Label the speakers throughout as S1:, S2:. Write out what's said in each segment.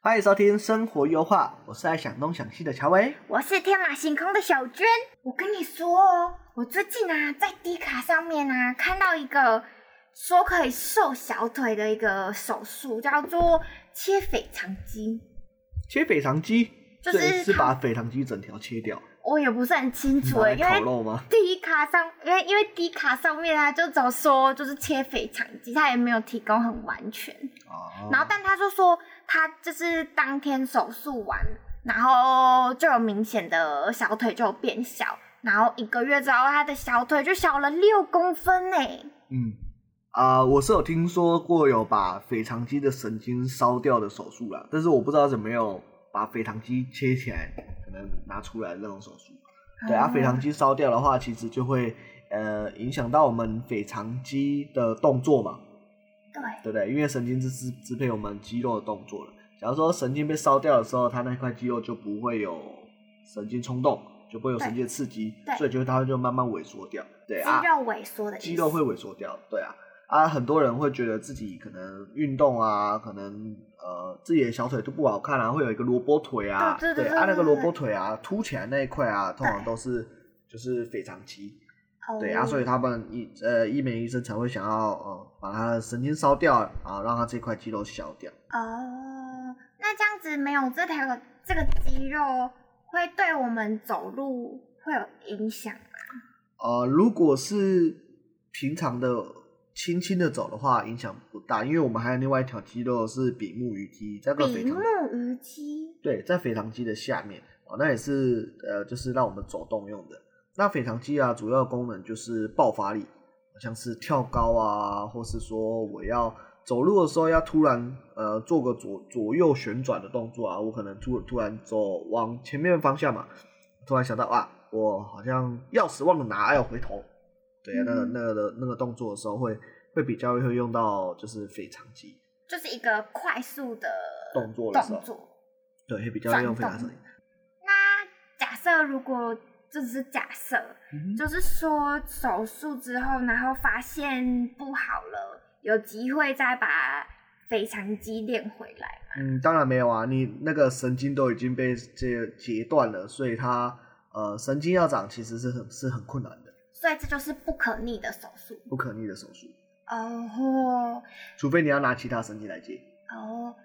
S1: 欢迎收听《生活优化》，我是爱想东想西的乔伟。
S2: 我是天马行空的小娟。我跟你说哦，我最近啊，在迪卡上面啊，看到一个说可以瘦小腿的一个手术，叫做切腓肠肌。
S1: 切肥肠鸡，
S2: 就是
S1: 这是
S2: 烤
S1: 把肥肠鸡整条切掉，
S2: 我也不是很清楚
S1: 拿来
S2: 诶，因
S1: 烤
S2: 为
S1: 肉吗？
S2: 迪卡上，因为因为迪卡上面啊，就只有说就是切腓肠肌，它也没有提供很完全。
S1: 哦
S2: 然后，但他就说他就是当天手术完，然后就有明显的小腿就有变小，然后一个月之后，他的小腿就小了六公分呢。欸
S1: 嗯，啊、我是有听说过有把肥肠鸡的神经烧掉的手术啦，但是我不知道怎么有把肥肠鸡切起来，可能拿出来的那种手术。对啊，肥
S2: 嗯
S1: 肠肌烧掉的话，其实就会呃影响到我们肥肠肌的动作嘛。
S2: 对，
S1: 对不对？因为神经是支支配我们肌肉的动作的。假如说神经被烧掉的时候，它那块肌肉就不会有神经冲动，就不会有神经的刺激
S2: 对，
S1: 所以就它就慢慢萎缩掉。对啊
S2: 肌，肉萎缩的意思
S1: 肌肉会萎缩掉。对啊，啊，很多人会觉得自己可能运动啊，可能呃自己的小腿就不好看啊，会有一个萝卜腿啊，
S2: 对对对对
S1: 啊那个
S2: 对
S1: 萝
S2: 对
S1: 卜腿啊凸起来那一块啊，通常
S2: 对
S1: 都是就是腓肠肌。
S2: 哦
S1: 对啊，所以他们医呃医美医生才会想要呃把他的神经烧掉，然后让他这块肌肉消掉。
S2: 哦，那这样子没有这条这个肌肉会对我们走路会有影响吗？
S1: 呃，如果是平常的轻轻的走的话，影响不大，因为我们还有另外一条肌肉是比目鱼肌，在这个
S2: 比
S1: 腓肠
S2: 目鱼肌
S1: 对，在腓肠肌的下面哦，那也是呃就是让我们走动用的。那腓肠肌啊，主要功能就是爆发力，像是跳高啊，或是说我要走路的时候要突然呃做个左左右旋转的动作啊，我可能突突然走往前面的方向嘛，突然想到啊，我好像钥匙忘了拿，要回头。对啊，那个
S2: 嗯
S1: 那个的那个动作的时候会会比较会用到就是腓肠肌。
S2: 就是一个快速的
S1: 动作的时候
S2: 动作。
S1: 对，会比较
S2: 转
S1: 用腓肠肌
S2: 动。那假设如果这只是假设，
S1: 嗯哼
S2: 就是说手术之后，然后发现不好了，有机会再把腓肠肌练回来。
S1: 嗯，当然没有啊，你那个神经都已经被截截断了，所以它呃神经要长其实是很是很困难的，
S2: 所以这就是不可逆的手术。
S1: 不可逆的手术，
S2: 哦吼，
S1: 除非你要拿其他神经来接，
S2: 哦，
S1: 啊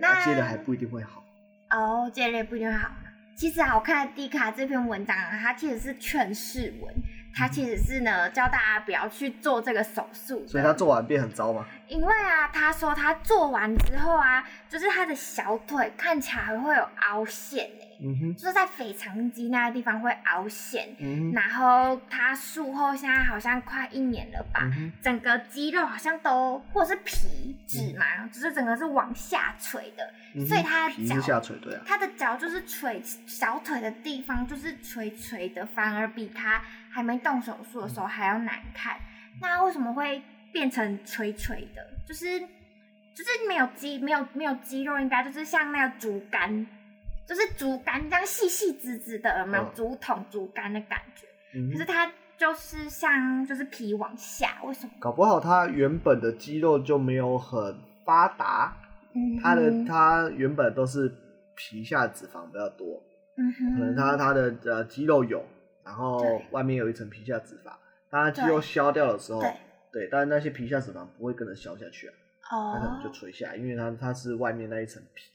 S2: 那
S1: 接的还不一定会好。
S2: 哦，这类不一定好。其实啊，我看了迪卡这篇文章啊，它其实是劝世文，它其实是呢教大家不要去做这个手术的，
S1: 所以他做完变很糟嘛。
S2: 因为啊，他说他做完之后啊，就是他的小腿看起来会有凹陷、欸、
S1: 嗯哼，
S2: 就是在腓肠肌那个地方会凹陷。
S1: 嗯哼，
S2: 然后他术后现在好像快一年了吧，
S1: 嗯哼，
S2: 整个肌肉好像都或是皮脂嘛，就是整个是往下垂的，
S1: 嗯嗯哼
S2: 所以他的
S1: 皮是下
S2: 脚
S1: 垂，对啊，
S2: 他的脚就是垂小腿的地方，就是垂垂的，反而比他还没动手术的时候还要难看。那为什么会变成垂垂的？就是就是没有肌没有没有肌肉，应该就是像那个竹竿，就是竹竿这样细细直直的，有没有
S1: 嗯
S2: 竹筒竹竿的感觉？
S1: 嗯
S2: 可是
S1: 哼，
S2: 它就是像就是皮往下，为什么？
S1: 搞不好他原本的肌肉就没有很发达，
S2: 嗯
S1: 他的
S2: 哼
S1: 他原本都是皮下脂肪比较多，
S2: 嗯哼
S1: 可能他他的呃肌肉有，然后
S2: 对
S1: 外面有一层皮下脂肪，当他肌肉
S2: 对
S1: 消掉的时候，
S2: 对
S1: 对，但是那些皮下脂肪不会跟着消下去啊，它可能就
S2: 哦
S1: 垂下来，因为它它是外面那一层皮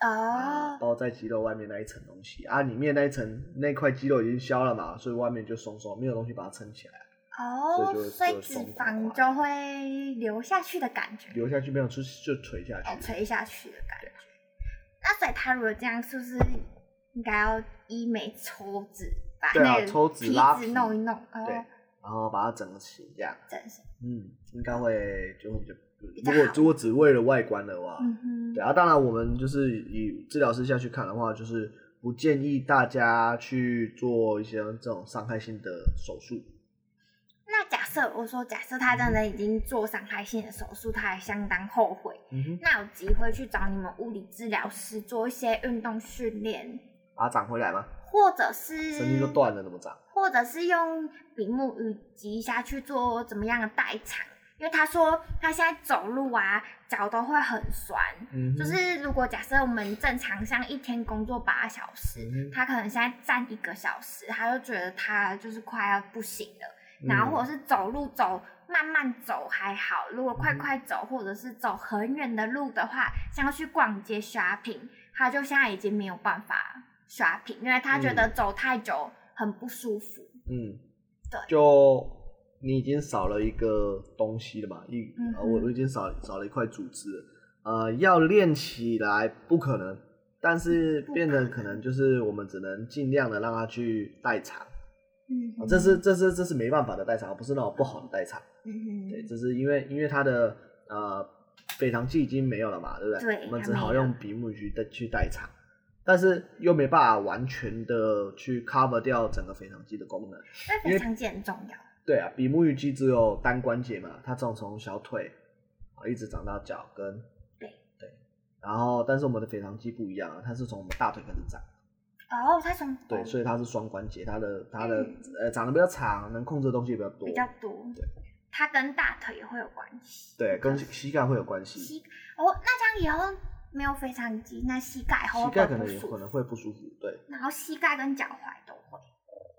S1: 啊，
S2: 哦
S1: 包在肌肉外面那一层东西啊，里面那一层那块肌肉已经消了嘛，所以外面就松松，没有东西把它撑起来，所以就
S2: 哦，
S1: 会
S2: 所
S1: 就
S2: 以
S1: 会
S2: 脂
S1: 松垮
S2: 肪就会流下去的感觉，
S1: 流下去没有出就垂下
S2: 哦，
S1: 去，
S2: 垂下去的感觉。那所以他如果这样，是不是应该要医美抽脂，把
S1: 对啊
S2: 那个
S1: 抽脂
S2: 皮
S1: 拉
S2: 脂
S1: 皮
S2: 弄一弄，
S1: 对
S2: 哦，
S1: 然后把它整形这样，
S2: 整形。
S1: 嗯，应该会就会比较
S2: 比较
S1: 如果
S2: 好
S1: 如果只为了外观的话，
S2: 嗯哼，
S1: 对啊，当然我们就是以治疗师下去看的话，就是不建议大家去做一些这种伤害性的手术。
S2: 那假设我说，假设他真的已经做伤害性的手术，他还相当后悔，
S1: 嗯哼，
S2: 那有机会去找你们物理治疗师做一些运动训练，
S1: 把它长回来嘛，
S2: 或者是
S1: 神经都断了，怎么长？
S2: 或者是用比目鱼击一下去做怎么样的代偿？因为他说他现在走路啊，脚都会很酸。
S1: 嗯哼
S2: 就是如果假设我们正常像一天工作八小时，
S1: 嗯
S2: 他可能现在站一个小时，他就觉得他就是快要不行了。
S1: 嗯哼
S2: 然后或者是走路走慢慢走还好，如果快快走或者是走很远的路的话，像要去逛街 shopping，他就现在已经没有办法 shopping，因为他觉得走太久很不舒服。
S1: 嗯，
S2: 对
S1: 就你已经少了一个东西了嘛，一
S2: 嗯
S1: 呃
S2: 哼
S1: 我、我已经少少了一块组织了，呃，要练起来不可能，但是
S2: 不
S1: 变得
S2: 可
S1: 可能
S2: 能
S1: 就是我们只能尽量的让它去代偿，
S2: 嗯
S1: 啊这是这是这是没办法的代偿，不是那种不好的代偿，
S2: 嗯哼
S1: 对，这是因为因为它的呃非常剂已经没有了嘛，对不对？
S2: 对
S1: 我们
S2: 它
S1: 只
S2: 没
S1: 好
S2: 了
S1: 用比目鱼的去代偿。但是又没办法完全的去 cover 掉整个肥肠肌的功能，
S2: 那
S1: 因为
S2: 非常很重要。
S1: 对啊，比目鱼肌只有单关节嘛，它从从小腿啊一直长到脚跟。
S2: 对
S1: 对，然后但是我们的腓肠肌不一样啊，它是从我们大腿开始长，
S2: 哦，他从
S1: 对，
S2: 哦
S1: 所以它是双关节，它的它的、
S2: 嗯
S1: 呃长得比较长，能控制的东西比较多
S2: 比，较多，
S1: 对，
S2: 他跟大腿也会有关系。
S1: 对，跟
S2: 膝
S1: 膝盖会有关系，
S2: 膝哦，那这样以后没有腓肠肌，那膝盖以后
S1: 膝
S2: 会
S1: 盖
S2: 不
S1: 可
S2: 会
S1: 能
S2: 不
S1: 也
S2: 舒
S1: 可
S2: 服？
S1: 能会不舒服，对，
S2: 然后膝盖跟脚踝都会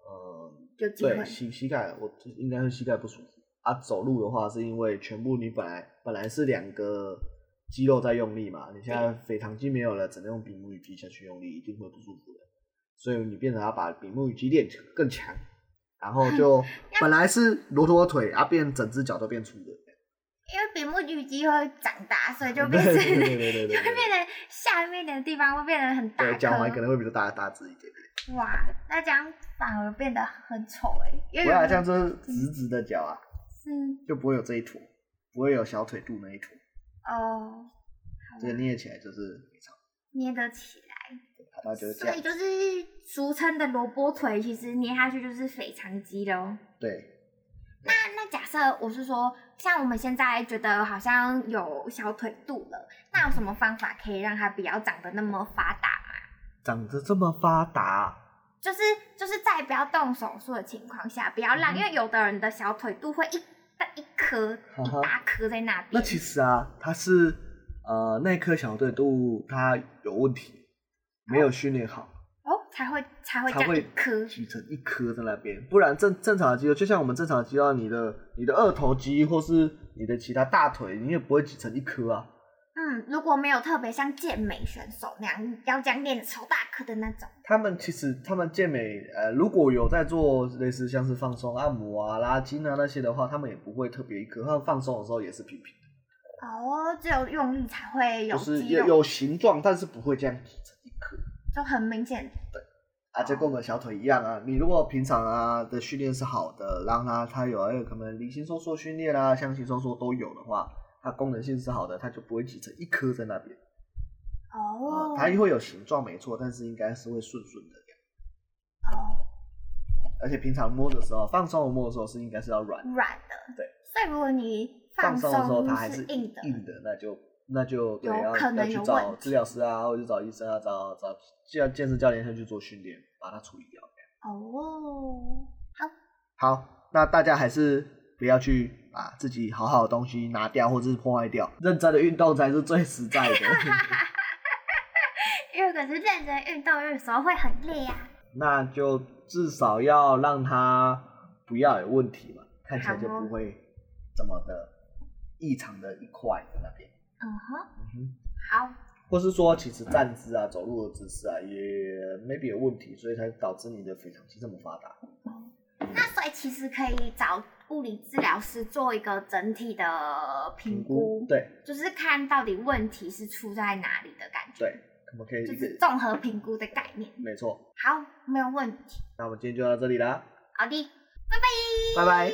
S1: 呃，
S2: 有机
S1: 对
S2: 会。
S1: 膝膝盖我应该是膝盖不舒服啊，走路的话是因为全部你本来本来是两个肌肉在用力嘛，你现在腓肠肌没有了，只能用比目鱼肌下去用力，一定会不舒服的。所以你变成要把比目鱼肌练强更强，然后 就本来是罗驼腿啊，变整只脚都变粗的，
S2: 因为比目鱼肌会长大，所以就 变
S1: 对
S2: 成
S1: 对对对对对
S2: 就 会变
S1: 对，
S2: 成下面的地方会变得很大
S1: 对
S2: 颗，
S1: 脚踝可能会比较大大只一 点点，
S2: 哇，那这样反而变得很丑哎、因为
S1: 不要啊
S2: 原
S1: 这样
S2: 本
S1: 就是直直的脚啊，
S2: 是
S1: 就不会有这一坨，不会有小腿肚那一坨，
S2: 哦，好
S1: 这个
S2: 吧
S1: 捏起来就是非常，
S2: 捏得起来，
S1: 好吧，就是这
S2: 所
S1: 样
S2: 以。就是俗称的萝卜腿，其实捏下去就是腓肠肌喽。
S1: 对，
S2: 那那假设我是说，像我们现在觉得好像有小腿肚了，那有什么方法可以让它不要长得那么发达吗？
S1: 长得这么发达，
S2: 就是就是在不要动手术的情况下，不要让，
S1: 嗯
S2: 因为有的人的小腿肚会一大一颗
S1: 哈啊哈
S2: 一大颗在那
S1: 那
S2: 边，
S1: 其实啊，它是呃那颗小队肚它有问题，没有训练好，
S2: 哦才会才会这
S1: 才
S2: 样一
S1: 会
S2: 颗，
S1: 挤成一颗在那边。不然正正常的肌肉，就像我们正常的肌肉，你的你的二头肌或是你的其他大腿，你也不会挤成一颗啊。
S2: 嗯，如果没有特别像健美选手那样要这样练超大颗的那种，
S1: 他们其实他们健美呃，如果有在做类似像是放松按摩啊、拉筋啊那些的话，他们也不会特别一颗，他们放松的时候也是平平的。
S2: 哦，只有用力才会有
S1: 就是
S2: 肌
S1: 有
S2: 肉，
S1: 有形状，但是不会这样挤成一颗
S2: 就很明显，
S1: 啊，就跟我们小腿一样啊。你如果平常啊的训练是好的，让它它有哎可能离心收缩训练啊、向心收缩都有的话，它功能性是好的，它就不会挤成一颗在那边啊
S2: 哦，。
S1: 它会有形状没错，但是应该是会顺顺的。
S2: 哦。
S1: 而且平常摸的时候，放松的摸的时候是应该是要软，
S2: 软的。
S1: 对，
S2: 所以如果你
S1: 放松的时候它还
S2: 松是
S1: 硬
S2: 硬的，
S1: 硬的，那就那就对
S2: 有
S1: 要
S2: 可
S1: 要
S2: 能
S1: 去
S2: 有
S1: 找
S2: 问
S1: 治疗师啊，或者找医生啊，找找健健身教练下去做训练，把它处理掉。
S2: 哦，
S1: 好，那大家还是不要去把自己好好的东西拿掉或者是破坏掉，认真的运动才是最实 在的。
S2: 因为可是认真运动有时候会很累啊。
S1: 那就至少要让它不要有问题嘛，看起来就
S2: 哦
S1: 不会这么的异常的一块在那边。
S2: 嗯哼，
S1: 嗯哼，
S2: 好，
S1: 或是说其实站姿啊、走路的姿势啊，也 maybe 有问题，所以才导致你的腓肠肌这么发达。
S2: 那所以其实可以找物理治疗师做一个整体的评估，
S1: 对
S2: 就是看到底问题是出在哪里的感觉，
S1: 对，我们可以
S2: 就
S1: 一
S2: 是
S1: 个
S2: 综合评估的概念。
S1: 没错。
S2: 好，没有问题，
S1: 那我们今天就到这里啦，
S2: 好的。
S1: 拜拜。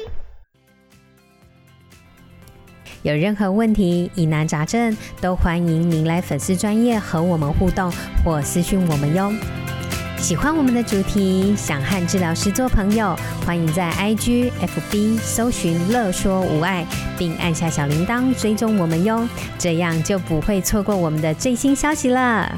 S3: 有任何问题、疑难杂症，都欢迎您来粉丝专业和我们互动或私讯我们哟。喜欢我们的主题，想和治疗师做朋友，欢迎在 IG、FB 搜寻“乐说无碍”，并按下小铃铛追踪我们哟，这样就不会错过我们的最新消息了。